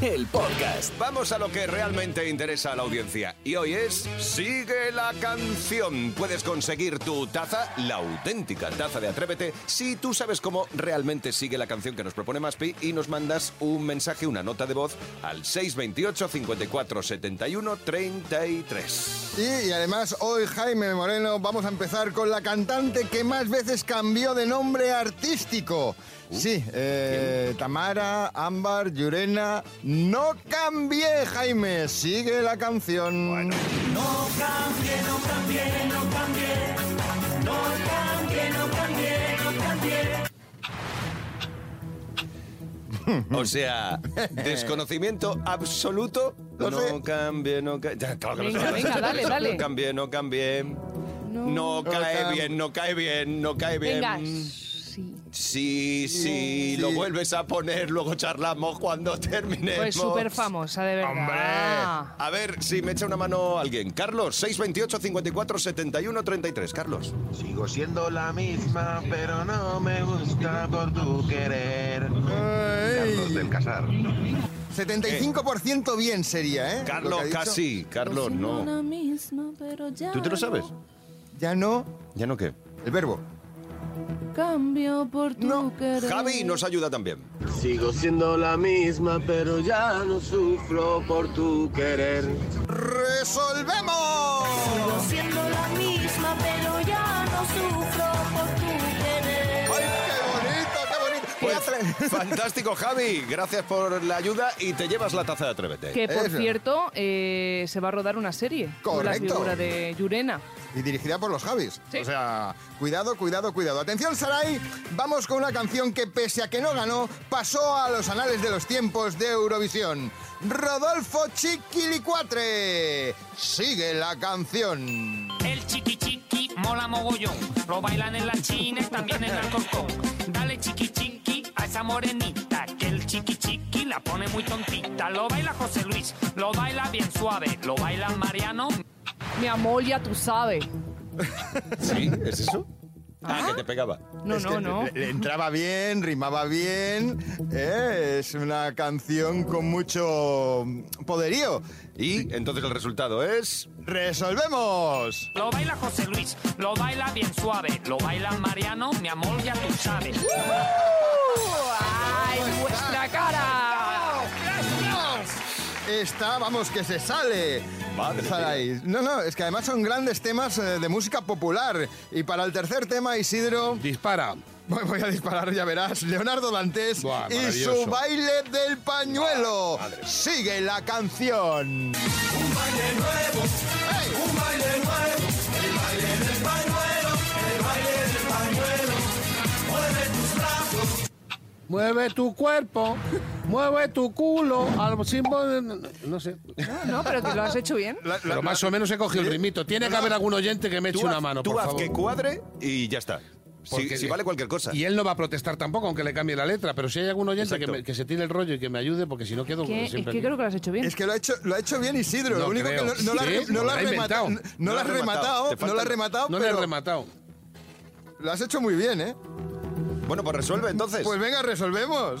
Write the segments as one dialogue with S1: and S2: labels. S1: el podcast.
S2: Vamos a lo que realmente interesa a la audiencia. Y hoy es Sigue la canción. Puedes conseguir tu taza, la auténtica taza de Atrévete, si tú sabes cómo realmente sigue la canción que nos propone Maspi y nos mandas un mensaje, una nota de voz al 628 54 71 33.
S3: Y, y además hoy Jaime Moreno vamos a empezar con la cantante que más veces cambió de nombre artístico.
S2: Uh,
S3: Sí, eh, Tamara, Ámbar, Yurena, no cambié Jaime, sigue la canción.
S4: No cambie, no cambie, no cambie. No cambie, no cambie, no cambie.
S2: O sea, desconocimiento absoluto.
S3: Lo
S2: no
S3: sé.
S2: cambie, no cambie.
S5: Venga, venga, dale, dale.
S2: No cambie, no cambie. No,
S3: No
S2: cae
S3: cam-
S2: bien, no cae bien, no cae bien.
S5: Venga, sí.
S2: Sí, sí,
S3: Sí.
S2: lo vuelves a poner, luego charlamos cuando terminemos.
S5: Pues súper famosa, de verdad.
S2: Hombre. A ver si me echa una mano alguien. Carlos, 628 54 71 33. Carlos.
S6: Sigo siendo la misma, pero no me gusta por tu querer. Carlos del
S3: Ay,
S6: Casar.
S3: 75% bien sería, ¿eh? Lo
S2: Carlos,
S3: que ha dicho.
S2: casi. Carlos, no.
S7: misma, pero ya
S2: ¿Tú te lo sabes?
S3: Ya no,
S2: ¿Ya no qué?
S3: el verbo.
S7: Cambio por tu
S3: No,
S7: querer.
S2: Javi nos ayuda también.
S6: Sigo siendo la misma, pero ya no sufro por tu querer.
S3: ¡Resolvemos!
S4: Sigo siendo la misma, pero ya no sufro por tu querer.
S3: ¡Ay, qué bonito, qué bonito!
S2: Pues,
S3: Voy a tra-
S2: fantástico, Javi. Gracias por la ayuda y te llevas la taza de Atrévete.
S5: Que por
S3: Eso.
S5: cierto, eh, se va a rodar una serie con la
S3: Correcto.
S5: figura de Yurena.
S3: y dirigida por los Javis.
S5: Sí.
S3: O sea, cuidado, cuidado, cuidado. Atención, Sarai, vamos con una canción que pese a que no ganó, pasó a los anales de los tiempos de Eurovisión. Rodolfo Chiquilicuatre. Sigue la canción.
S8: El chiqui chiqui mola mogollón. Lo bailan en la China y también en la Corcón. Dale chiqui chiqui a esa morenita. Que el chiqui chiqui la pone muy tontita. Lo baila José Luis, lo baila bien suave. Lo baila Mariano.
S5: Mi amor, ya tú sabes.
S2: ¿Sí? ¿Es eso? Ah, que te pegaba.
S5: No,
S3: Es
S5: no,
S3: que eh,
S5: no.
S3: Le, le entraba bien, rimaba bien. eh, es una canción con mucho poderío.
S2: Y entonces el resultado ¿eh? es.
S3: ¡Resolvemos!
S8: Lo baila José Luis, lo baila bien suave. Lo baila Mariano, mi amor, ya tú sabes.
S5: ¡Ay, vuestra cara!
S3: Está, vamos, que se sale.
S2: Madre
S3: Sarai. No, no, es que además son grandes temas eh, de música popular. Y para el tercer tema, Isidro,
S9: Dispara.
S3: voy voy a disparar, ya verás, Leonardo Dantes
S9: Buah,
S3: y
S9: maravilloso.
S3: su baile del pañuelo. Sigue la canción.
S9: Mueve tu cuerpo, mueve tu culo al símbolo de... No sé.
S5: No, pero que lo has hecho bien.
S9: Pero más o menos he cogido el ritmito. Tiene
S2: Ah.
S9: que haber algún oyente que me eche
S2: Tú
S9: una
S2: haz-
S9: mano,
S2: tú
S9: por
S2: haz
S9: favor.
S2: que cuadre y ya está. Si,
S9: Porque-
S2: si vale cualquier cosa.
S9: Y él no va a protestar tampoco, aunque le cambie la letra. Pero si hay algún oyente que,
S2: Exacto.
S9: me- que se tire el rollo y que me ayude, porque si no quedo
S5: Que- es que
S9: siempre aquí.
S5: creo que lo has hecho bien.
S3: Es que lo ha hecho, lo ha hecho bien Isidro.
S9: No
S3: lo único
S9: creo.
S3: que no, no la-
S9: Sí,
S3: no lo
S9: lo
S3: has
S9: ha inventado.
S3: rematado. No, lo has rematado,
S2: Te
S3: no lo has
S2: falta-
S3: rematado,
S9: No le he
S3: pero
S9: rematado.
S3: lo has hecho muy bien, ¿eh?
S2: Bueno, pues resuelve entonces.
S3: Pues venga, resolvemos.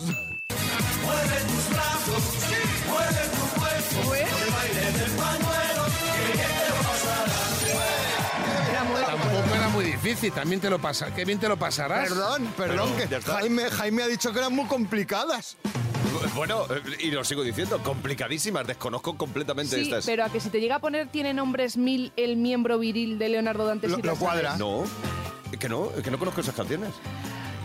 S9: Tampoco era muy difícil. También te lo pasa. Qué bien te lo pasarás.
S3: Perdón, perdón,
S2: ya
S3: que
S2: está.
S3: Jaime, Jaime ha dicho que eran muy complicadas.
S2: Bueno, eh, y lo sigo diciendo, complicadísimas. Desconozco completamente
S5: Sí,
S2: estas.
S5: pero a que si te llega a poner tiene nombres mil el miembro viril de Leonardo Dantes
S3: Lo-
S5: y
S3: lo
S5: Rosa.
S3: cuadra.
S2: No, es que no, es que no conozco esas canciones.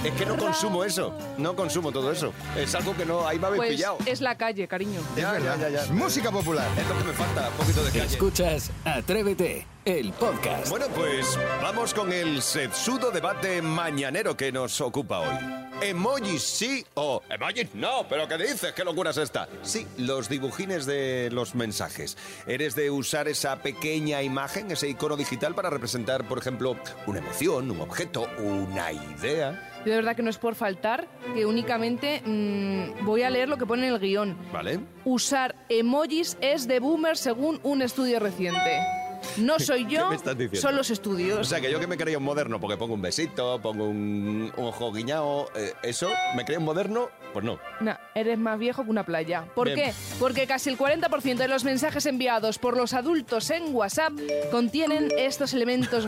S2: Es que no consumo eso, no consumo todo eso. Es algo que no, ahí me habéis
S5: Pues
S2: pillado.
S5: es la calle, cariño.
S2: Ya,
S3: Es
S2: ya,
S3: verdad.
S2: ya, ya.
S3: Es Música popular.
S2: Es lo que me falta, un poquito de calle.
S1: Escuchas Atrévete, el podcast.
S2: Bueno, pues vamos con el sexudo debate mañanero que nos ocupa hoy. Emojis sí o emojis no, pero ¿qué dices? ¿Qué locura es esta? Sí, los dibujines de los mensajes. ¿Eres de usar esa pequeña imagen, ese icono digital para representar, por ejemplo, una emoción, un objeto, una idea?
S5: Yo de verdad que no es por faltar, que únicamente mm, voy a leer lo que pone en el guión.
S2: ¿Vale?
S5: Usar emojis es de boomer según un estudio reciente. No soy
S2: ¿Qué
S5: yo,
S2: me estás diciendo?
S5: son los estudios.
S2: O sea, que yo que me creía un moderno porque pongo un besito, pongo un, un ojo guiñado, eh, ¿eso? ¿Me creía un moderno? Pues no.
S5: No, eres más viejo que una playa. ¿Por
S2: Bien.
S5: qué? Porque casi el 40% de los mensajes enviados por los adultos en WhatsApp contienen estos elementos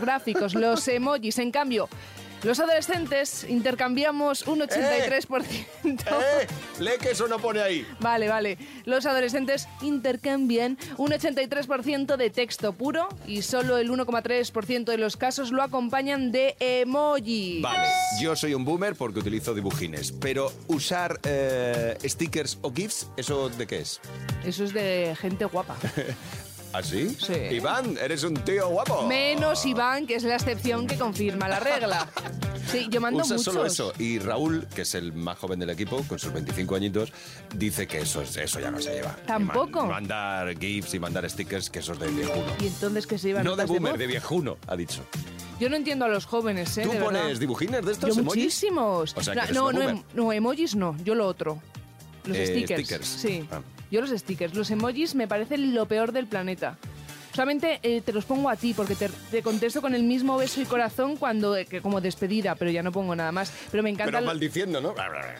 S5: gráficos, los emojis. En cambio, los adolescentes intercambiamos un 83%.
S2: ¡Eh! Lee que eso no pone ahí.
S5: Vale, vale. Los adolescentes intercambian un 83% de texto puro y solo el 1,3% de los casos lo acompañan de emojis.
S2: Vale, yo soy un boomer porque utilizo dibujines, pero usar eh, stickers o GIFs, ¿eso de qué es?
S5: Eso es de gente guapa.
S2: ¿Así?
S5: Sí.
S2: Iván, eres un tío guapo.
S5: Menos Iván, que es la excepción que confirma la regla. Sí, yo mando
S2: Usa
S5: muchos.
S2: solo eso. Y Raúl, que es el más joven del equipo, con sus 25 añitos, dice que eso, es- eso ya no se lleva.
S5: Tampoco.
S2: Y man- mandar GIFs y mandar stickers, que eso es de viejuno.
S5: Y entonces que se iban
S2: No de
S5: notas
S2: boomer,
S5: voz.
S2: de viejuno, ha dicho.
S5: Yo no entiendo a los jóvenes, ¿eh?
S2: ¿Tú
S5: de
S2: pones
S5: verdad.
S2: dibujines de estos
S5: Yo
S2: emojis?
S5: muchísimos.
S2: O sea, que eres
S5: no,
S2: una
S5: no,
S2: boomer.
S5: em- no, emojis no, yo lo otro. Los
S2: Eh,
S5: stickers.
S2: stickers.
S5: Sí.
S2: Ah.
S5: Yo los stickers. Los emojis me parecen lo peor del planeta. Solamente eh, te los pongo a ti porque te, te contesto con el mismo beso y corazón cuando eh, que como despedida, pero ya no pongo nada más. Pero me
S2: Pero
S5: encantan
S2: maldiciendo, ¿no?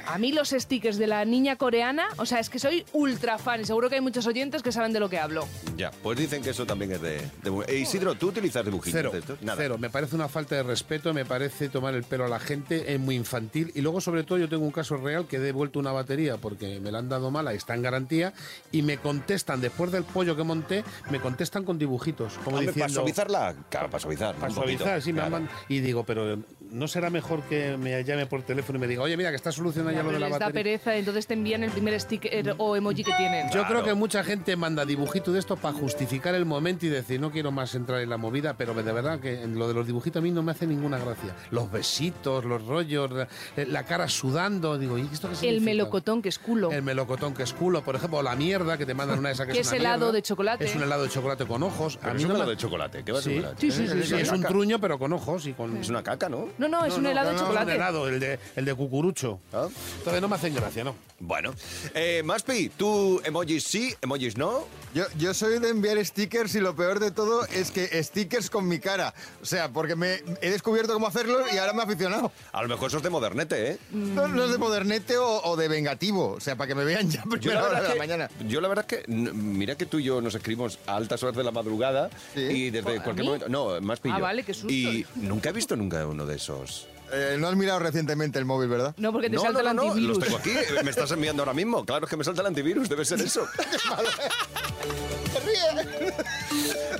S5: A mí los stickers de la niña coreana, o sea, es que soy ultra fan y seguro que hay muchos oyentes que saben de lo que hablo.
S2: Ya, pues dicen que eso también es de, de boomer. Eh, Isidro, ¿tú utilizas dibujines
S10: Cero,
S2: de estos? Nada.
S10: cero. Me parece una falta de respeto, me parece tomar el pelo a la gente, es muy infantil. Y luego, sobre todo, yo tengo un caso real que he devuelto una batería porque me la han dado mala y está en garantía. Y me contestan, después del pollo que monté, me contestan con dibujitos. Como
S2: Hombre, para
S10: diciendo.
S2: suavizarla, claro, para suavizar. ¿no?
S10: Para
S2: Un poquito,
S10: suavizar, sí, me
S2: claro.
S10: han mand- Y digo, pero ¿no será mejor que me llame por teléfono y me diga, oye, mira, que está solucionando ya
S5: Ya,
S10: lo
S5: pero
S10: de la
S5: les da
S10: batería?
S5: pereza, entonces te envían el primer sticker o emoji que tienen.
S10: Yo
S2: Claro.
S10: creo que mucha gente manda dibujitos de esto para justificar el momento y decir, no quiero más entrar en la movida, pero de verdad que en lo de los dibujitos a mí no me hace ninguna gracia. Los besitos, los rollos, la, eh, la cara sudando, digo, ¿y esto qué significa?
S5: El melocotón, que es culo.
S10: El melocotón que es culo, por ejemplo, o la mierda que te mandan una de esas que,
S5: Que
S10: es
S5: es
S10: una
S5: helado
S10: mierda.
S5: de chocolate.
S10: Es un helado de chocolate con ojos.
S2: Pero
S10: a mí
S2: es un
S10: no
S2: helado
S10: me-
S2: de chocolate. ¿Qué va a
S10: Sí.
S2: chocolate?
S5: Sí, sí, sí,
S2: Es
S10: Sí,
S2: una
S10: es un
S2: caca.
S10: truño, pero con ojos y con...
S2: Es una caca, ¿no?
S5: No, no, es un helado de
S10: No, no,
S5: chocolate.
S10: un helado, el de, el de cucurucho.
S2: Ah.
S10: Entonces no me hacen gracia, ¿no?
S2: Bueno. Eh, Maspi, ¿tú emojis sí, emojis no?
S3: Yo, yo soy de enviar stickers y lo peor de todo es que stickers con mi cara. O sea, porque me he descubierto cómo hacerlos y ahora me he aficionado.
S2: A lo mejor sos de modernete, ¿eh?
S3: No, no es de modernete o, o de vengativo. O sea, para que me vean ya a primera hora de la
S2: que,
S3: mañana.
S2: yo la verdad es que, n- mira que tú y yo nos escribimos a altas horas de la madrugada
S3: Sí.
S2: y desde
S5: ¿A
S2: cualquier
S5: mí?
S2: momento... No, Maspi y
S5: Ah,
S2: yo.
S5: vale, qué susto.
S2: Y nunca he visto nunca uno de esos.
S3: Eh, no has mirado recientemente el móvil, ¿verdad?
S5: No, porque te
S2: no,
S5: salta
S2: no,
S5: el
S2: no, no,
S5: antivirus.
S2: los tengo aquí. Me estás enviando ahora mismo. Claro, es que me salta el antivirus, debe ser eso.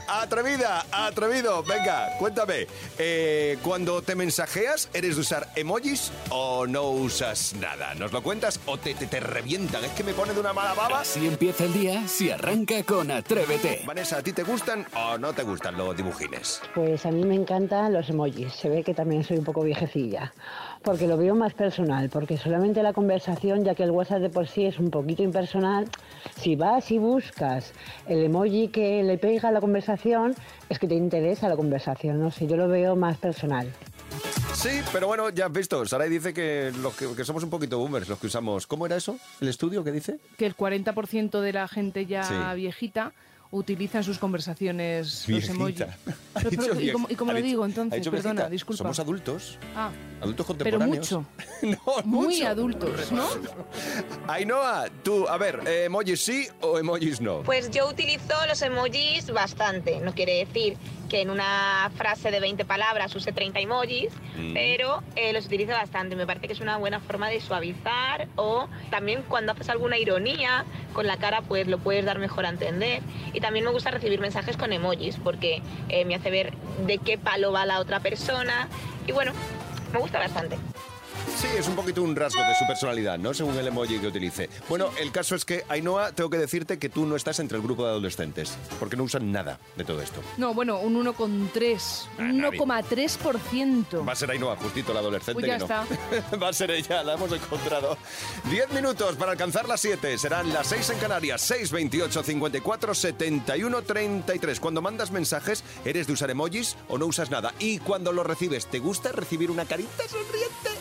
S2: Atrevida, atrevido. Venga, cuéntame. eh, cuando te mensajeas, ¿eres de usar emojis o no usas nada? ¿Nos lo cuentas o te, te, te revientan? Es que me pone de una mala baba.
S1: Así empieza el día si arranca con Atrévete.
S2: Vanessa, ¿a ti te gustan o no te gustan los dibujines?
S11: Pues a mí me encantan los emojis. Se ve que también soy un poco viejecilla. Porque lo veo más personal, porque solamente la conversación, ya que el WhatsApp de por sí es un poquito impersonal, si vas y buscas el emoji que le pega a la conversación, es que te interesa la conversación, no sé, yo lo veo más personal.
S2: Sí, pero bueno, ya has visto. Saray dice que los que, que somos un poquito boomers, los que usamos. ¿Cómo era eso? ¿El estudio que dice?
S5: Que el 40% de la gente ya
S2: Sí.
S5: viejita utiliza en sus conversaciones
S2: Viejita.
S5: los emojis.
S2: Ha
S5: Pero-
S2: dicho
S5: pero- ¿Y
S2: vieja.
S5: cómo, y cómo
S2: Ha
S5: lo
S2: dicho-
S5: digo
S2: ha
S5: entonces?
S2: dicho
S5: Perdona,
S2: viejita.
S5: disculpa.
S2: Somos adultos.
S5: Ah,
S2: Adultos
S5: pero
S2: contemporáneos.
S5: mucho.
S2: no,
S5: Muy
S2: mucho.
S5: adultos, ¿no?
S2: Ainhoa, tú, a ver, eh, ¿emojis sí o emojis no?
S12: Pues yo utilizo los emojis bastante. No quiere decir que en una frase de 20 palabras use 30 emojis, pero eh, los utilizo bastante. Me parece que es una buena forma de suavizar o también cuando haces alguna ironía con la cara, pues lo puedes dar mejor a entender. Y también me gusta recibir mensajes con emojis porque eh, me hace ver de qué palo va la otra persona. Y bueno, me gusta bastante.
S2: Sí, es un poquito un rasgo de su personalidad, ¿no? Según el emoji que utilice. Bueno, el caso es que, Ainhoa, tengo que decirte que tú no estás entre el grupo de adolescentes, porque no usan nada de todo esto.
S5: No, bueno, un 1,3.
S2: Ah,
S5: Un 1,3%.
S2: Va a ser Ainhoa, justito la adolescente
S5: Uy, ya
S2: que no.
S5: está.
S2: Va a ser ella, la hemos encontrado. 10 minutos para alcanzar las 7. Serán las 6 en Canarias, 6, 28, 54, 71, 33. Cuando mandas mensajes, ¿eres de usar emojis o no usas nada? Y cuando lo recibes, ¿te gusta recibir una carita sonriente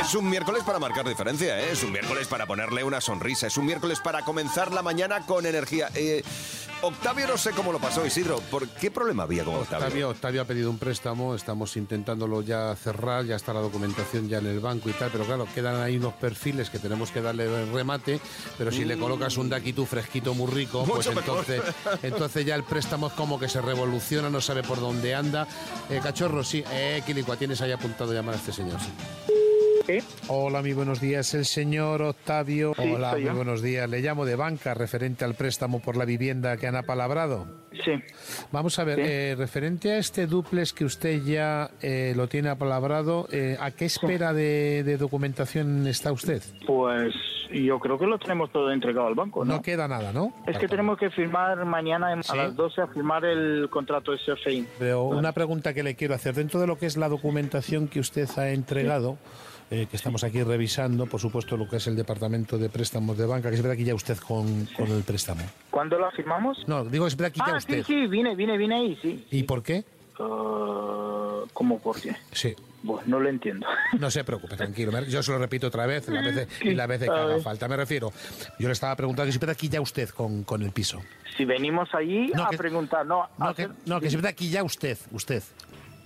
S2: Es un miércoles para marcar diferencia, ¿eh? es un miércoles para ponerle una sonrisa, es un miércoles para comenzar la mañana con energía. Eh, Octavio no sé cómo lo pasó, Isidro. ¿Por qué problema había con Octavio?
S10: Octavio, Octavio ha pedido un préstamo, estamos intentándolo ya cerrar, ya está la documentación ya en el banco y tal, pero claro, quedan ahí unos perfiles que tenemos que darle el remate, pero si le
S2: Mm.
S10: colocas un daquitú fresquito muy rico, pues
S2: Mucho mejor.
S10: entonces, entonces ya el préstamo es como que se revoluciona, no sabe por dónde anda. Eh, cachorro, sí, eh, Quilicua, tienes ahí apuntado llamar a este señor. sí. Hola, muy buenos días. El señor Octavio.
S12: Sí,
S10: Hola,
S12: soy
S10: muy
S12: yo.
S10: buenos días. Le llamo de banca referente al préstamo por la vivienda que han apalabrado.
S12: Sí.
S10: Vamos a ver,
S12: Sí.
S10: eh, referente a este duplex que usted ya eh, lo tiene apalabrado, eh, ¿a qué espera de, de documentación está usted?
S12: Pues yo creo que lo tenemos todo entregado al banco, ¿no?
S10: No queda nada, ¿no?
S12: Es que tenemos que firmar mañana en- a las 12 a firmar el contrato de SFI.
S10: Pero una pregunta que le quiero hacer. Dentro de lo que es la documentación que usted ha entregado, eh, que estamos aquí revisando, por supuesto, lo que es el Departamento de Préstamos de Banca, que es verdad que ya usted con, con el préstamo.
S12: ¿Cuándo la firmamos?
S10: No, digo, es verdad que ya
S12: Ah, sí,
S10: usted.
S12: sí, vine, vine, vine ahí, sí.
S10: ¿Y por qué?
S12: Ah, ¿Cómo por qué?
S10: Sí.
S12: Pues no lo entiendo.
S10: No se preocupe, tranquilo. Me- Yo se lo repito otra vez las veces, y las veces que
S12: A
S10: haga
S12: ver.
S10: falta. Me refiero, yo le estaba preguntando que si es verdad que ya usted con, con el piso.
S12: Si venimos allí a preguntar, no, a
S10: No, que,
S12: hacer-
S10: no, que si es verdad que ya usted, usted.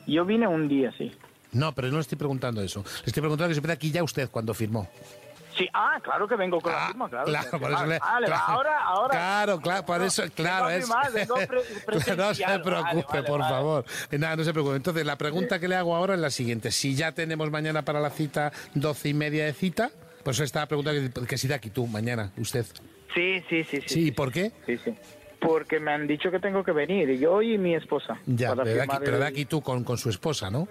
S12: Yo vine un día, sí.
S10: No, pero no le estoy preguntando eso. Le estoy preguntando que si es verdad que ya usted cuando firmó.
S12: Sí, ah, claro que vengo con la firma, claro.
S10: Claro, por eso
S12: Ah,
S10: le-
S12: vale,
S10: claro.
S12: ahora, ahora.
S10: Claro, claro, por eso, claro.
S12: vengo a
S10: es-
S12: firmar, vengo pre-
S10: Claro, no se
S12: presencial,
S10: preocupe,
S12: vale,
S10: por
S12: vale.
S10: favor. Eh, Nada, no se preocupe. Entonces, la pregunta que le hago ahora es la siguiente. Si ya tenemos mañana para la cita, doce y media de cita, pues estaba preguntando que, que si de aquí tú, mañana, usted.
S12: Sí, sí, sí, sí.
S10: Sí, ¿y por qué?
S12: Sí, sí. Porque me han dicho que tengo que venir, yo y mi esposa.
S10: Ya,
S12: para
S10: pero de aquí,
S12: firmar
S10: pero de
S12: el-
S10: aquí tú con, con su esposa, ¿no?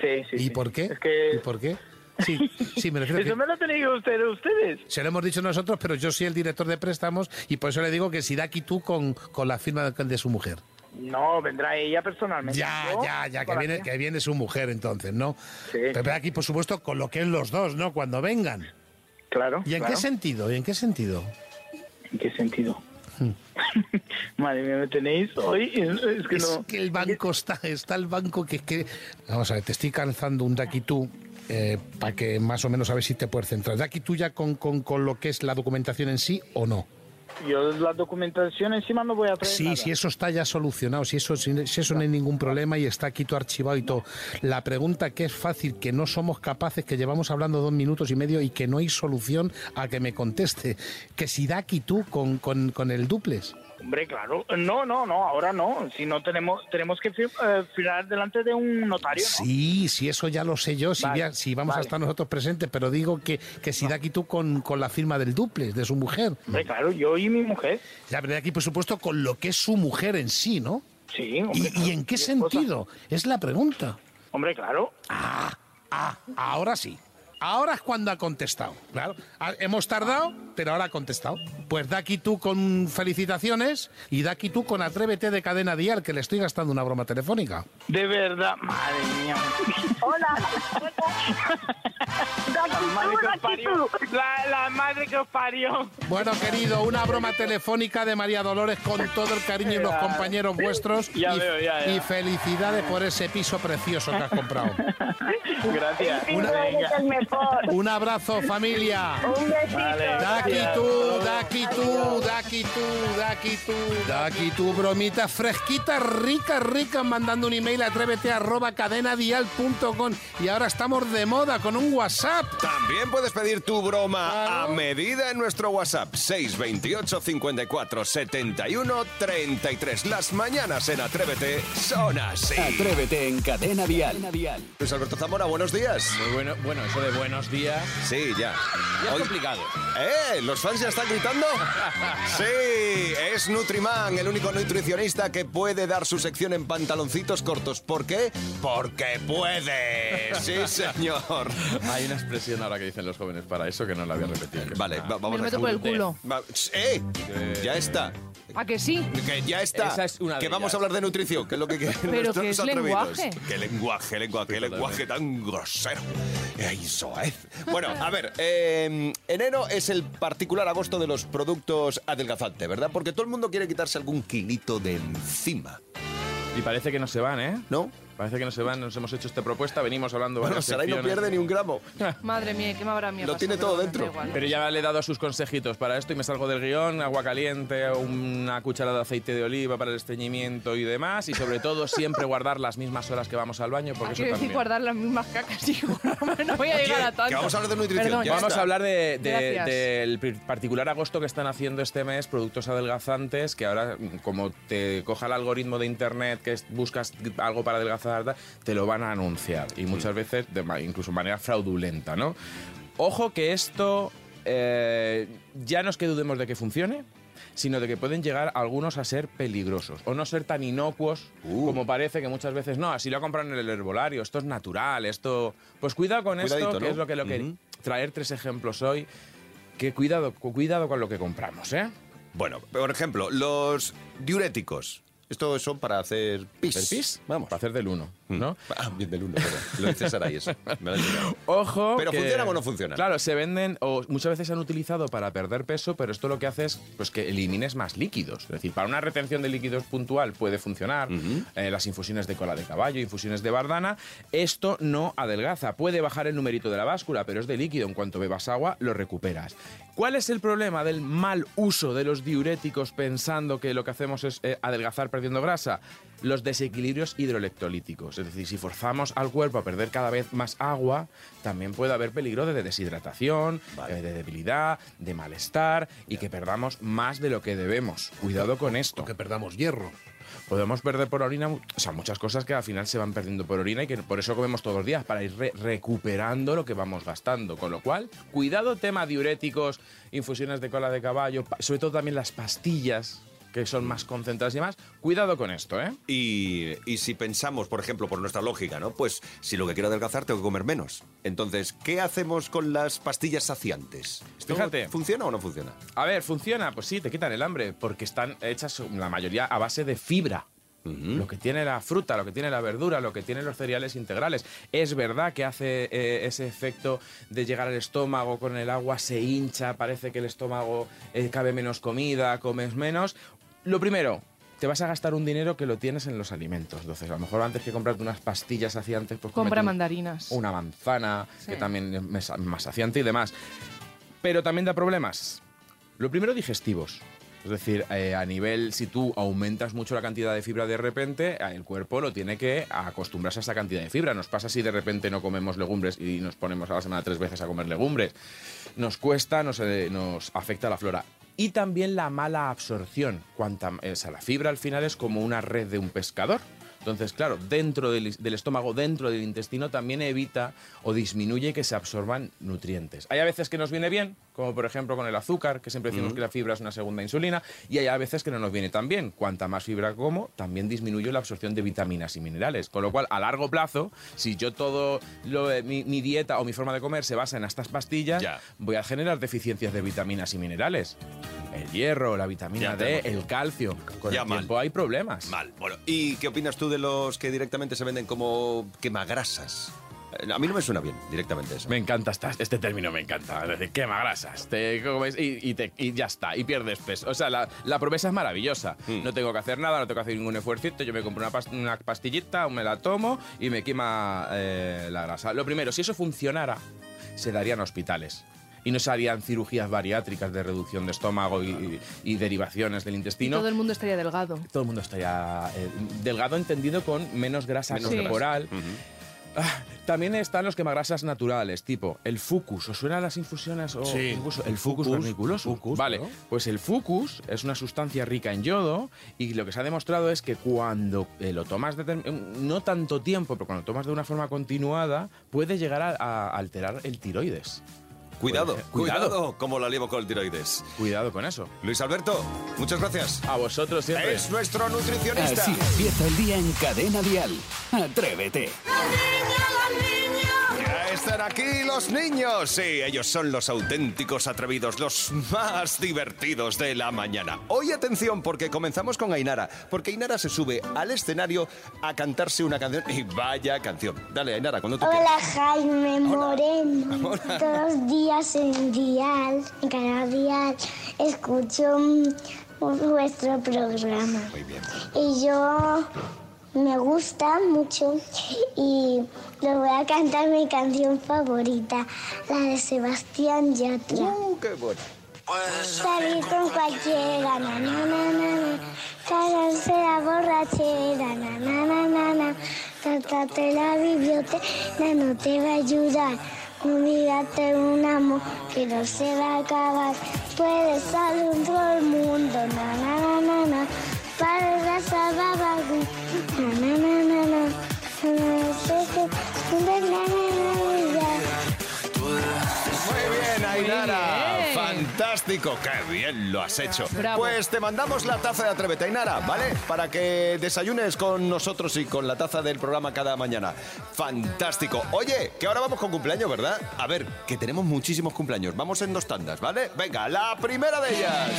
S12: Sí, sí.
S10: ¿Y
S12: sí.
S10: por qué?
S12: Es que-
S10: ¿Y por qué? Sí, sí, me refiero
S12: Eso
S10: que...
S12: me lo tenéis ustedes, ustedes.
S10: Se lo hemos dicho nosotros, pero yo soy el director de préstamos y por eso le digo que si de aquí tú con, con la firma de de su mujer.
S12: No, vendrá ella personalmente.
S10: Ya,
S12: Yo,
S10: ya, ya, que
S12: con la
S10: viene,
S12: mía.
S10: que viene su mujer entonces, ¿no? Pero ve aquí, por supuesto, con lo que es los dos, ¿no? Cuando vengan.
S12: Claro.
S10: ¿Y en
S12: claro.
S10: qué sentido? ¿Y en qué sentido? Hmm.
S12: ¿En qué sentido? Madre mía, me tenéis hoy. Es que
S10: Es
S12: no.
S10: que el banco está, está el banco que, que... Vamos a ver, te estoy calzando un daquitú eh, para que más o menos a ver si te puedes centrar. ¿Daquitú ya con, con, con lo que es la documentación en sí o no?
S12: Yo la documentación encima no voy a traer.
S10: Sí,
S12: nada.
S10: si eso está ya solucionado, si eso, si, si eso no hay ningún problema y está aquí todo archivado y todo. La pregunta que es fácil, que no somos capaces, que llevamos hablando dos minutos y medio y que no hay solución a que me conteste, que si da aquí tú con, con, con el duples.
S12: Hombre, claro. No, no, no, ahora no. Si no tenemos, tenemos que fir- eh, firmar delante de un notario. ¿no?
S10: Sí, sí, eso ya lo sé yo, si,
S12: Vale,
S10: ya- si vamos a
S12: vale.
S10: estar nosotros presentes, pero digo que, que si da aquí tú con, con la firma del duples, de su mujer.
S12: Hombre, claro, yo y mi mujer.
S10: La verdad aquí, por supuesto, con lo que es su mujer en sí, ¿no?
S12: Sí, hombre.
S10: ¿Y, y en qué sentido? Es la pregunta.
S12: Hombre, claro.
S10: Ah, ahora sí. Ahora es cuando ha contestado. Claro. Ah, Hemos tardado, pero ahora ha contestado. Pues da aquí tú con felicitaciones y da aquí tú con atrévete de cadena dial, que le estoy gastando una broma telefónica.
S12: De verdad, madre mía.
S13: Hola.
S12: La madre que os parió. La, la madre que os parió.
S10: Bueno, querido, una broma telefónica de María Dolores con todo el cariño y los compañeros vuestros.
S12: Ya
S10: y,
S12: veo, ya, ya.
S10: y felicidades por ese piso precioso que has comprado.
S12: Gracias.
S10: Una-
S12: Venga.
S10: Un abrazo, familia.
S12: Un besito. Vale,
S10: Daki
S12: gracias.
S10: tú, daki tú, daki tú, daki tú. Daki tú, bromita fresquita, rica, rica, mandando un email a atrévete arroba cadenadial.com. Y ahora estamos de moda con un WhatsApp.
S2: También puedes pedir tu broma a medida en nuestro WhatsApp 628 54 71 33. Las mañanas en Atrévete son así.
S1: Atrévete en Cadena Dial.
S2: Luis Alberto Zamora, buenos días.
S14: Muy bueno, bueno, eso de
S10: Buenos días.
S2: Sí, ya.
S10: Ya es
S2: Hoy-
S10: complicado.
S2: ¿Eh? ¿Los fans ya están gritando? Sí, es Nutriman, el único nutricionista que puede dar su sección en pantaloncitos cortos. ¿Por qué? Porque puede. Sí, señor.
S10: Hay una expresión ahora que dicen los jóvenes para eso que no la voy a repetir.
S2: Vale,
S5: Me lo meto por el culo.
S2: Va- ¡Eh! Ya está.
S5: ¿A que sí?
S2: Que ya está.
S10: Esa es una de
S2: que vamos
S10: ellas.
S2: a hablar de nutrición, que es lo que quieren
S5: Pero
S2: nuestros
S5: que es
S2: atrevidos.
S5: lenguaje.
S2: Qué lenguaje, lenguaje, qué lenguaje tan grosero. Ay, soez. Bueno, a ver, eh, enero es el particular agosto de los productos adelgazantes, ¿verdad? Porque todo el mundo quiere quitarse algún kilito de encima.
S10: Y parece que no se van, ¿eh?
S2: No.
S10: Parece que no se van, nos hemos hecho esta propuesta, venimos hablando
S2: Bueno,
S10: varias
S2: Sarai no
S10: secciones.
S2: pierde ni un gramo.
S5: Madre mía, ¿qué me habrá mía
S2: Lo
S5: pasado?
S2: tiene
S5: Pero
S2: todo
S5: bueno,
S2: dentro.
S5: da igual.
S10: Pero ya le he dado a sus consejitos para esto y me salgo del guión, agua caliente, una cucharada de aceite de oliva para el estreñimiento y demás. Y sobre todo siempre guardar las mismas horas que vamos al baño porque eso
S5: Ah, Quiero decir
S10: también.
S5: guardar las mismas cacas, hijo. No voy a llegar a tanto. Perdón, ya
S10: vamos
S5: está.
S10: a hablar de- de-
S5: Gracias.
S10: del pri- particular agosto que están haciendo este mes, productos adelgazantes, que ahora mm, como te coja el algoritmo de internet que es- buscas algo para adelgazar, tal, te lo van a anunciar. Y muchas veces de ma- incluso manera fraudulenta, ¿no? Ojo que esto eh, ya no es que dudemos de que funcione, sino de que pueden llegar algunos a ser peligrosos o no ser tan inocuos como parece que muchas veces no, así lo compran en el herbolario, esto es natural, esto... Pues cuidado con
S2: Cuidadito,
S10: esto, que
S2: ¿no?
S10: es lo que, lo que
S2: Ujú.
S10: traer tres ejemplos hoy, que cuidado, cu- cuidado con lo que compramos, ¿eh?
S2: Bueno, por ejemplo, los diuréticos. Estos son para hacer pis.
S10: ¿El pis? Vamos. Para hacer del uno, ¿no?
S2: Ah, bien del uno, perdón. Lo dice Sarai eso. Me lo he enterado.
S10: Ojo.
S2: ¿Pero funcionan o no funcionan?
S10: Claro, se venden o muchas veces se han utilizado para perder peso, pero esto lo que hace es pues, que elimines más líquidos. Es decir, para una retención de líquidos puntual puede funcionar eh, las infusiones de cola de caballo, infusiones de bardana. Esto no adelgaza. Puede bajar el numerito de la báscula, pero es de líquido. En cuanto bebas agua, lo recuperas. ¿Cuál es el problema del mal uso de los diuréticos pensando que lo que hacemos es eh, adelgazar perdiendo grasa? Los desequilibrios hidroelectrolíticos. Es decir, si forzamos al cuerpo a perder cada vez más agua, también puede haber peligro de deshidratación, eh, de debilidad, de malestar y que perdamos más de lo que debemos. Cuidado con esto. que
S9: perdamos hierro.
S10: Podemos perder por orina, mu- o sea, muchas cosas que al final se van perdiendo por orina y que por eso comemos todos los días, para ir re- recuperando lo que vamos gastando. Con lo cual, cuidado tema diuréticos, infusiones de cola de caballo, pa- sobre todo también las pastillas que son más concentradas y demás. Cuidado con esto, ¿eh?
S2: Y, y si pensamos, por ejemplo, por nuestra lógica, ¿no? Pues si lo que quiero adelgazar, tengo que comer menos. Entonces, ¿qué hacemos con las pastillas saciantes? ¿Esto
S10: Fíjate.
S2: ¿Funciona o no funciona?
S10: A ver, ¿funciona? Pues sí, te quitan el hambre, porque están hechas la mayoría a base de fibra. Lo que tiene la fruta, lo que tiene la verdura, lo que tienen los cereales integrales. Es verdad que hace eh, ese efecto de llegar al estómago con el agua, se hincha, parece que el estómago eh, cabe menos comida, comes menos. Lo primero, te vas a gastar un dinero que lo tienes en los alimentos. Entonces, a lo mejor antes que comprarte unas pastillas saciantes, pues
S5: Compra
S10: cómete un-
S5: mandarinas.
S10: una manzana,
S5: Sí.
S10: que también es mes- más saciante y demás. Pero también da problemas. Lo primero, digestivos. Es decir, eh, a nivel, si tú aumentas mucho la cantidad de fibra de repente, eh, el cuerpo lo tiene que acostumbrarse a esa cantidad de fibra. Nos pasa si de repente no comemos legumbres y nos ponemos a la semana tres veces a comer legumbres. Nos cuesta, nos, eh, nos afecta la flora. Y también la mala absorción. Cuanta, eh, o sea, la fibra al final es como una red de un pescador. Entonces, claro, dentro del, del estómago, dentro del intestino, también evita o disminuye que se absorban nutrientes. Hay a veces que nos viene bien, como por ejemplo con el azúcar, que siempre decimos
S2: Ujú.
S10: que la fibra es una segunda insulina, y hay a veces que no nos viene tan bien. Cuanta más fibra como, también disminuye la absorción de vitaminas y minerales. Con lo cual, a largo plazo, si yo todo lo- eh, mi, mi dieta o mi forma de comer se basa en estas pastillas, voy a generar deficiencias de vitaminas y minerales. El hierro, la vitamina
S2: Ya
S10: D,
S2: tenemos.
S10: el calcio. Con
S2: Ya
S10: el
S2: mal.
S10: tiempo hay problemas.
S2: Mal. Bueno, ¿y qué opinas tú de los que directamente se venden como quemagrasas? Eh, A mí no me suena bien directamente eso.
S10: Me encanta esta- este término, me encanta. Es decir, quema grasas, te comes y, y te- y ya está, y pierdes peso. O sea, la, la promesa es maravillosa.
S2: Hmm.
S10: No tengo que hacer nada, no tengo que hacer ningún esfuercito. Yo me compro una, pas- una pastillita, me la tomo y me quema eh, la grasa. Lo primero, si eso funcionara, se darían hospitales. Y no se harían cirugías bariátricas de reducción de estómago y, y- y derivaciones del
S5: Y
S10: intestino.
S5: todo el mundo estaría delgado.
S10: Todo el mundo estaría eh, delgado entendido con menos grasa
S5: Menos grasa.
S10: corporal. Ah, También están los quemagrasas naturales, tipo el fucus. ¿Os suenan las infusiones? O
S9: Sí.
S10: incluso el fucus,
S9: Fucus,
S10: vermiculosum?
S9: fucus,
S10: vale,
S9: claro.
S10: pues el fucus es una sustancia rica en yodo y lo que se ha demostrado es que cuando eh, lo tomas determ- no tanto tiempo, pero cuando lo tomas de una forma continuada, puede llegar a, a alterar el tiroides.
S2: Cuidado,
S10: Puede-
S2: cuidado,
S10: pues, eh, cuidado.
S2: como la liemos con el tiroides.
S10: Cuidado con eso.
S2: Luis Alberto, muchas gracias.
S10: A vosotros siempre.
S2: Es nuestro nutricionista.
S1: Así empieza el día en Cadena Dial. Atrévete.
S2: Ya están aquí los niños. Sí, ellos son los auténticos atrevidos, los más divertidos de la mañana. Hoy atención porque comenzamos con Ainara, porque Ainara se sube al escenario a cantarse una canción y vaya canción. Dale, Ainara, cuando tú
S12: Hola Jaime Moreno,
S2: Hola.
S12: todos los días en Dial, en Canal Dial, escucho mm, vuestro programa. Y yo me gusta mucho y lo voy a cantar mi canción favorita, la de Sebastián Yatra.
S10: Uh,
S2: qué bueno.
S12: Salir con cualquiera, na na na na na. Cagarse la borrachera, na na na na na. Cantarte la biblioteca, no te va a ayudar. Olvídate un amor que no se va a acabar. Puedes salir todo el mundo, na na na na na. Para salvar algún, na na na na na. Na, na, na, na, na, na, na.
S2: Muy bien, Ainara.
S12: bien.
S2: Fantástico, qué bien lo has hecho.
S12: Bravo.
S2: Pues te mandamos la taza de Atrévete, Ainara, ¿vale? Para que desayunes con nosotros y con la taza del programa cada mañana. Fantástico. Oye, que ahora vamos con cumpleaños, ¿verdad? A ver, que tenemos muchísimos cumpleaños. Vamos en dos tandas, ¿vale? Venga, la primera de ellas.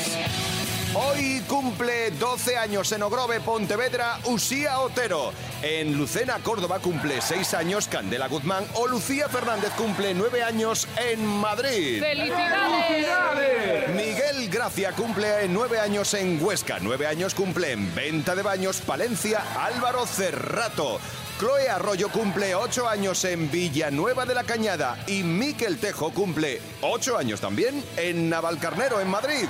S2: Hoy cumple 12 años en Ogrove, Pontevedra, Usía Otero. En Lucena, Córdoba, cumple 6 años Candela Guzmán o Lucía Fernández cumple 9 años en Madrid.
S5: ¡Felicidades! ¡Felicidades!
S2: Miguel Gracia cumple 9 años en Huesca, 9 años cumple en Venta de Baños, Palencia, Álvaro Cerrato. Chloe Arroyo cumple 8 años en Villanueva de la Cañada y Miquel Tejo cumple 8 años también en Navalcarnero, en Madrid.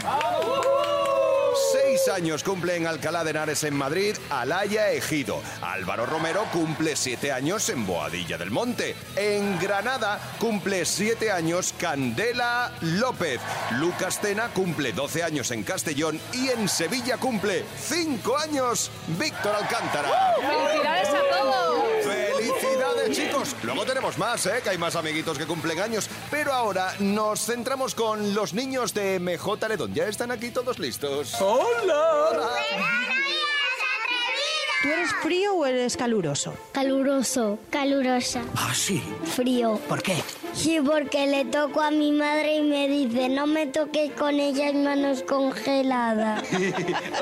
S2: Seis años cumple en Alcalá de Henares en Madrid, Alaya Ejido. Álvaro Romero cumple siete años en Boadilla del Monte. En Granada cumple siete años Candela López. Lucas Tena cumple 12 años en Castellón y en Sevilla cumple cinco años Víctor Alcántara.
S5: ¡Felicidades a todos!
S2: ¡Felicidades, chicos! Luego tenemos más, ¿eh? Que hay más amiguitos que cumplen años. Pero ahora nos centramos con los niños de MJ Ledón. Ya están aquí todos listos. ¡Hola!
S11: ¿Tú eres frío o eres caluroso?
S12: Caluroso, calurosa.
S11: Ah, sí.
S12: Frío.
S11: ¿Por qué?
S12: Sí, porque le toco a mi madre y me dice, no me toques con ellas manos congeladas.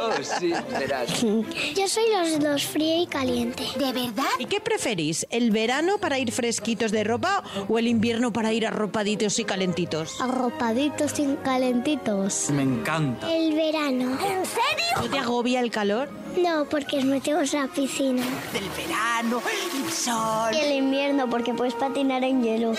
S15: oh, sí, verás.
S12: Yo soy los dos, frío y caliente.
S11: ¿De verdad? ¿Y qué preferís? ¿El verano para ir fresquitos de ropa o el invierno para ir arropaditos y calentitos?
S12: Arropaditos y calentitos.
S15: Me encanta.
S12: El verano. ¿En serio?
S11: ¿No te agobia el calor?
S12: No, porque nos metemos a la piscina.
S11: Del verano, el sol.
S12: el invierno, porque puedes patinar en hielo.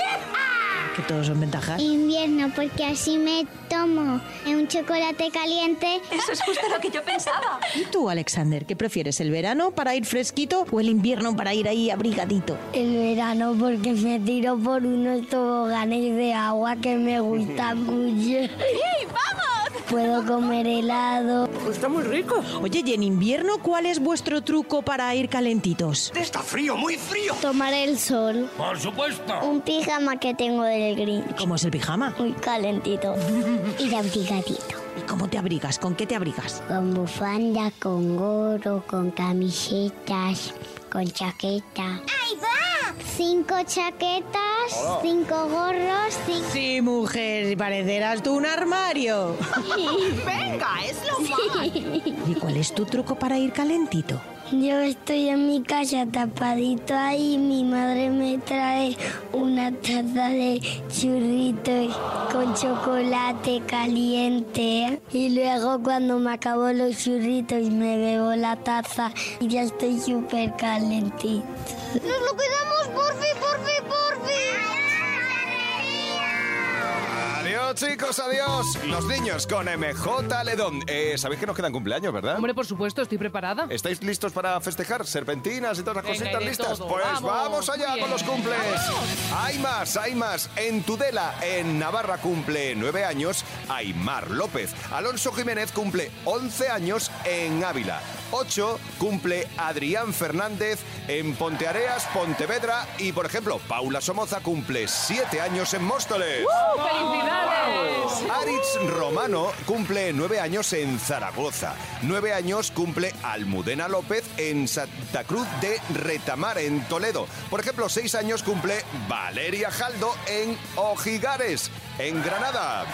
S11: Que todos son ventajas.
S12: Invierno, porque así me tomo un chocolate caliente.
S11: Eso es justo lo que yo pensaba. ¿Y tú, Alexander, qué prefieres? ¿El verano para ir fresquito o el invierno para ir ahí abrigadito?
S12: El verano porque me tiro por unos toboganes de agua que me gustan mucho. vamos! Puedo comer helado.
S11: Está muy rico. Oye, ¿y en invierno cuál es vuestro truco para ir calentitos?
S12: Está frío, muy frío. Tomar el sol.
S11: Por supuesto.
S12: Un pijama que tengo del Grinch.
S11: ¿Cómo es el pijama?
S12: Muy calentito. y de abrigadito.
S11: ¿Y cómo te abrigas? ¿Con qué te abrigas?
S12: Con bufanda, con gorro, con camisetas, con chaqueta. ¡Ahí va! Cinco chaquetas,
S11: Hola.
S12: cinco gorros, cinco...
S11: Sí, mujer, parecerás tú un armario.
S12: ¡Venga, es lo
S11: ¿Y cuál es tu truco para ir calentito?
S12: Yo estoy en mi casa tapadito ahí, mi madre me trae una taza de churritos con chocolate caliente y luego cuando me acabo los churritos me bebo la taza y ya estoy súper calentito. ¡Nos lo cuidamos, porfi, porfi, porfi!
S2: Adiós, Bueno, chicos, adiós. Los niños con MJ Ledón. Eh, Sabéis que nos quedan cumpleaños, ¿verdad?
S5: Hombre, por supuesto, estoy preparada.
S10: Eh.
S2: ¿Estáis listos para festejar? Serpentinas y todas las
S5: Venga,
S2: cositas
S5: y de
S2: listas.
S5: todo.
S2: Pues vamos,
S5: Vamos,
S2: allá
S5: muy
S2: con los
S5: bien.
S2: cumples. Hay más, hay más. En Tudela, en Navarra, cumple nueve años Aymar López. Alonso Jiménez cumple 11 años en Ávila. 8 cumple Adrián Fernández en Ponteareas, Pontevedra. Y, por ejemplo, Paula Somoza cumple 7 años en Móstoles.
S4: ¡Felicidades!
S2: Aritz Romano cumple nueve años en Zaragoza. Nueve años cumple Almudena López en Santa Cruz de Retamar, en Toledo. Por ejemplo, seis años cumple Valeria Jaldo en Ojigares, en Granada.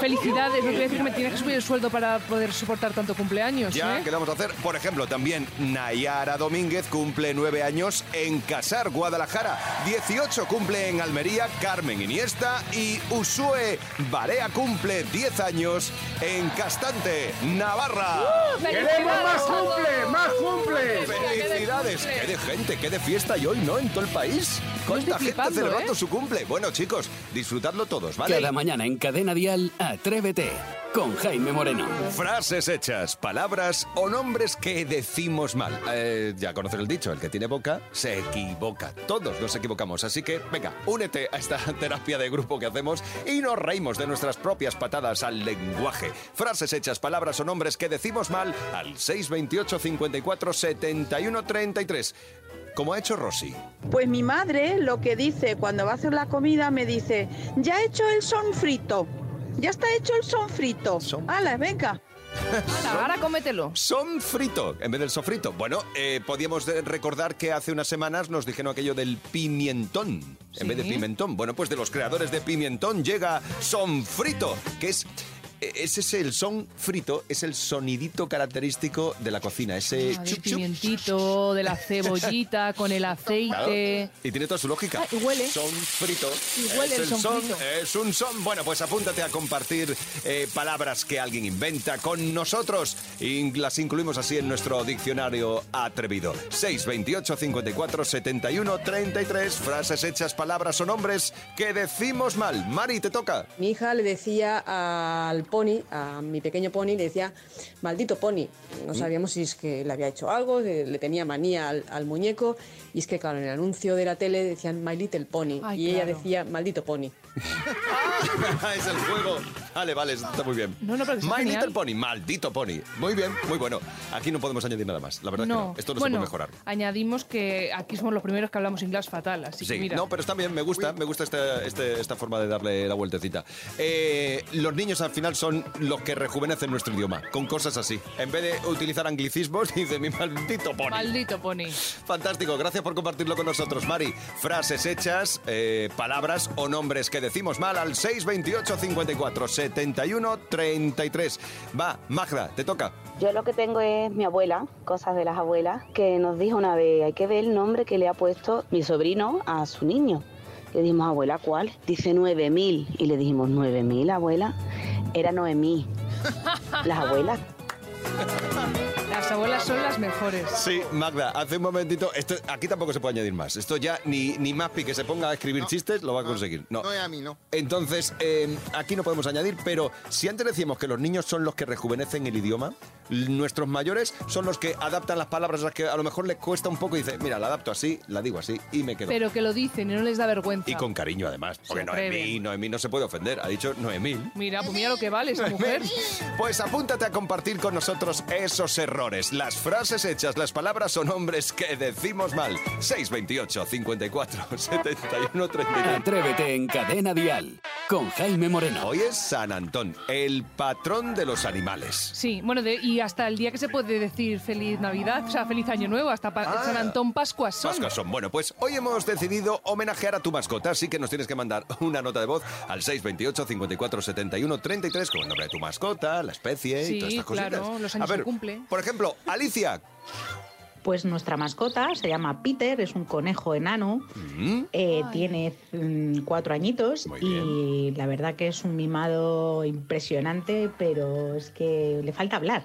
S5: Felicidades, no quiere decir que me tienes que subir el sueldo para poder soportar tanto cumpleaños,
S2: Ya,
S5: ¿eh?
S2: ¿qué le vamos a hacer? Por ejemplo, también Nayara Domínguez cumple nueve años en Casar, Guadalajara. 18 cumple en Almería Carmen Iniesta y Usue Barea cumple 10 años en Castante, Navarra.
S4: ¡Queremos ¡Eh, más cumple! ¡Más cumple!
S2: ¡Felicidades! ¡Qué de gente, qué de fiesta y hoy, no! En todo el país. ¿Cuánta gente
S1: flipando,
S2: celebrando
S1: ¿eh?
S2: su cumple? Bueno, chicos, disfrutadlo todos, ¿vale?
S1: Cada mañana en Cadena Dial, Atrévete con Jaime Moreno.
S2: Frases hechas, palabras o nombres que decimos mal. Eh, ya conoces el dicho, el que tiene boca se equivoca. Todos nos equivocamos, así que venga, únete a esta terapia de grupo que hacemos y nos reímos de nuestras propias patadas al lenguaje. Frases hechas, palabras o nombres que decimos mal al 628 54 71 33. Como ha hecho Rosy.
S16: Pues mi madre lo que dice cuando va a hacer la comida me dice, ya he hecho el sonfrito, ya está hecho el sonfrito. ¡Hala, venga!
S5: Ahora cómetelo.
S2: Son frito en vez del sofrito. Bueno, eh, podíamos de- recordar que hace unas semanas nos dijeron aquello del pimientón en vez de pimentón. Bueno, pues de los creadores de pimentón llega son frito, que es eh, ese es el son frito, es el sonidito característico de la cocina, ese
S5: Ah, del
S2: Eh, chup, chup.
S5: pimientito, de la cebollita, con el
S2: Claro.
S5: aceite.
S2: Y tiene toda su lógica.
S5: Ah, y huele.
S2: Son frito.
S5: Y huele
S2: es
S5: el son frito.
S2: Es un son. Bueno, pues apúntate a compartir eh, palabras que alguien inventa con nosotros. Y las incluimos así en nuestro diccionario atrevido. 628 54 71 33. Frases hechas, palabras o nombres que decimos mal. Mari, te toca.
S17: Mi hija le decía al pony, a mi pequeño pony, le decía, maldito pony. No
S2: Mm.
S17: sabíamos si es que le había hecho algo, de- le tenía manía al, al muñeco. Y es que, claro, en el anuncio de la tele decían My Little Pony.
S5: Ay,
S17: y ella
S5: claro.
S17: decía, maldito pony.
S2: es el juego. Vale, vale, está muy bien.
S5: No, no, pero que está
S2: My
S5: genial.
S2: Little Pony, maldito pony. Muy bien, muy bueno. Aquí no podemos añadir nada más. La verdad que no. Esto no
S5: bueno,
S2: se puede mejorar.
S5: Añadimos que aquí somos los primeros que hablamos inglés fatal, así que
S2: Sí,
S5: mira.
S2: no, pero está bien, me gusta, me gusta esta, este- esta forma de darle la vueltecita. Eh, los niños al final son los que rejuvenecen nuestro idioma, con cosas así. En vez de utilizar anglicismos, dice mi maldito pony.
S5: Maldito pony.
S2: Fantástico, gracias por compartirlo con nosotros, Mari. Frases hechas, eh, palabras o nombres que decimos mal al 628 54 71 33. Va, Magda, te toca.
S18: Yo lo que tengo es mi abuela, cosas de las abuelas, que nos dijo una vez, hay que ver el nombre que le ha puesto mi sobrino a su niño. Le dijimos, abuela, ¿cuál? Dice 9000. Y le dijimos, ¿9000, abuela? Era Noemí. Las abuelas
S5: Las abuelas son las mejores.
S2: Sí, Magda, hace un momentito. Esto, aquí tampoco se puede añadir más. Esto ya ni, ni Mapi que se ponga a escribir chistes lo va a conseguir. No.
S3: No es a mí, no.
S2: Entonces, eh, aquí no podemos añadir, pero si antes decíamos que los niños son los que rejuvenecen el idioma, l- nuestros mayores son los que adaptan las palabras a las que a lo mejor les cuesta un poco y dicen, mira, la adapto así, la digo así y me quedo.
S5: Pero que lo dicen y no les da vergüenza.
S2: y con cariño, además. Porque Noemí,
S5: atreven.
S2: Noemí no se puede ofender. Ha dicho Noemí.
S5: Mira, pues mira lo que vale esta mujer.
S2: Pues apúntate a compartir con nosotros esos errores, las frases hechas, las palabras o nombres que decimos mal. 628 54 71 33.
S1: Atrévete en Cadena Dial con Jaime Moreno.
S2: Hoy es San Antón, el patrón de los animales.
S5: Sí, bueno, de- y hasta el día que se puede decir feliz Navidad, o sea, feliz Año Nuevo, hasta pa-
S2: Ah.
S5: San Antón Pascuas son.
S2: Pascuas son. Bueno, pues hoy hemos decidido homenajear a tu mascota, así que nos tienes que mandar una nota de voz al 628 54 71 33 con el nombre de tu mascota, la especie y
S19: Sí,
S2: todas estas cositas.
S19: claro, los años
S2: a ver,
S19: que cumple.
S2: Por ejemplo, Alicia.
S19: Pues nuestra mascota se llama Peter, es un conejo enano, eh, tiene mm, cuatro añitos y la verdad que es un mimado impresionante, pero es que le falta hablar.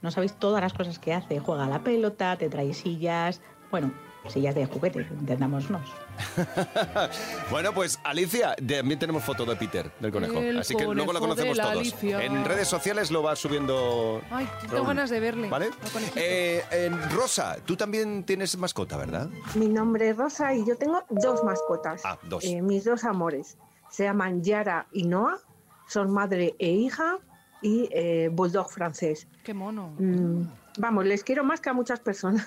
S19: No sabéis todas las cosas que hace, juega a la pelota, te trae sillas, bueno,
S20: sillas de juguete, entendámonos.
S2: Bueno, pues Alicia, también tenemos foto de Peter, del conejo.
S5: El
S2: Así que luego lo
S5: conejo de
S2: conocemos
S5: la
S2: todos.
S5: Alicia.
S2: En redes sociales lo va subiendo.
S5: Ay, tengo
S2: Raúl.
S5: ganas de verle.
S2: ¿Vale?
S5: al conejito.
S2: Eh, en Rosa, tú también tienes mascota, ¿verdad?
S11: Mi nombre es Rosa y yo tengo dos mascotas.
S2: Ah, dos.
S11: Eh, mis dos amores se llaman Yara y Noah, son madre e hija y eh, bulldog francés.
S5: Qué mono.
S11: Mm, vamos, les quiero más que a muchas personas.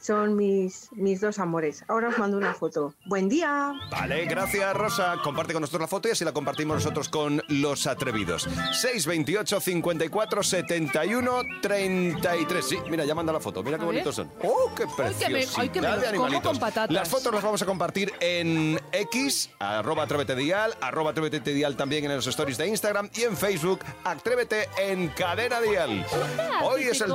S11: son mis, mis dos amores. Ahora os mando una foto. Buen día.
S2: Vale, gracias Rosa. Comparte con nosotros la foto y así la compartimos nosotros con los atrevidos. 628 54 71 33. Sí, mira, ya manda la foto. Mira qué
S5: A ver.
S2: bonitos son. ¡Oh, qué
S5: Ay, que me- ay,
S2: preciosidad
S5: que me los
S2: de
S5: como
S2: animalitos!
S5: con patatas.
S2: Las fotos las vamos a compartir en X, arroba atrévete dial, arroba atrévete dial también en los stories de Instagram y en Facebook, atrévete en cadena dial. Hoy es el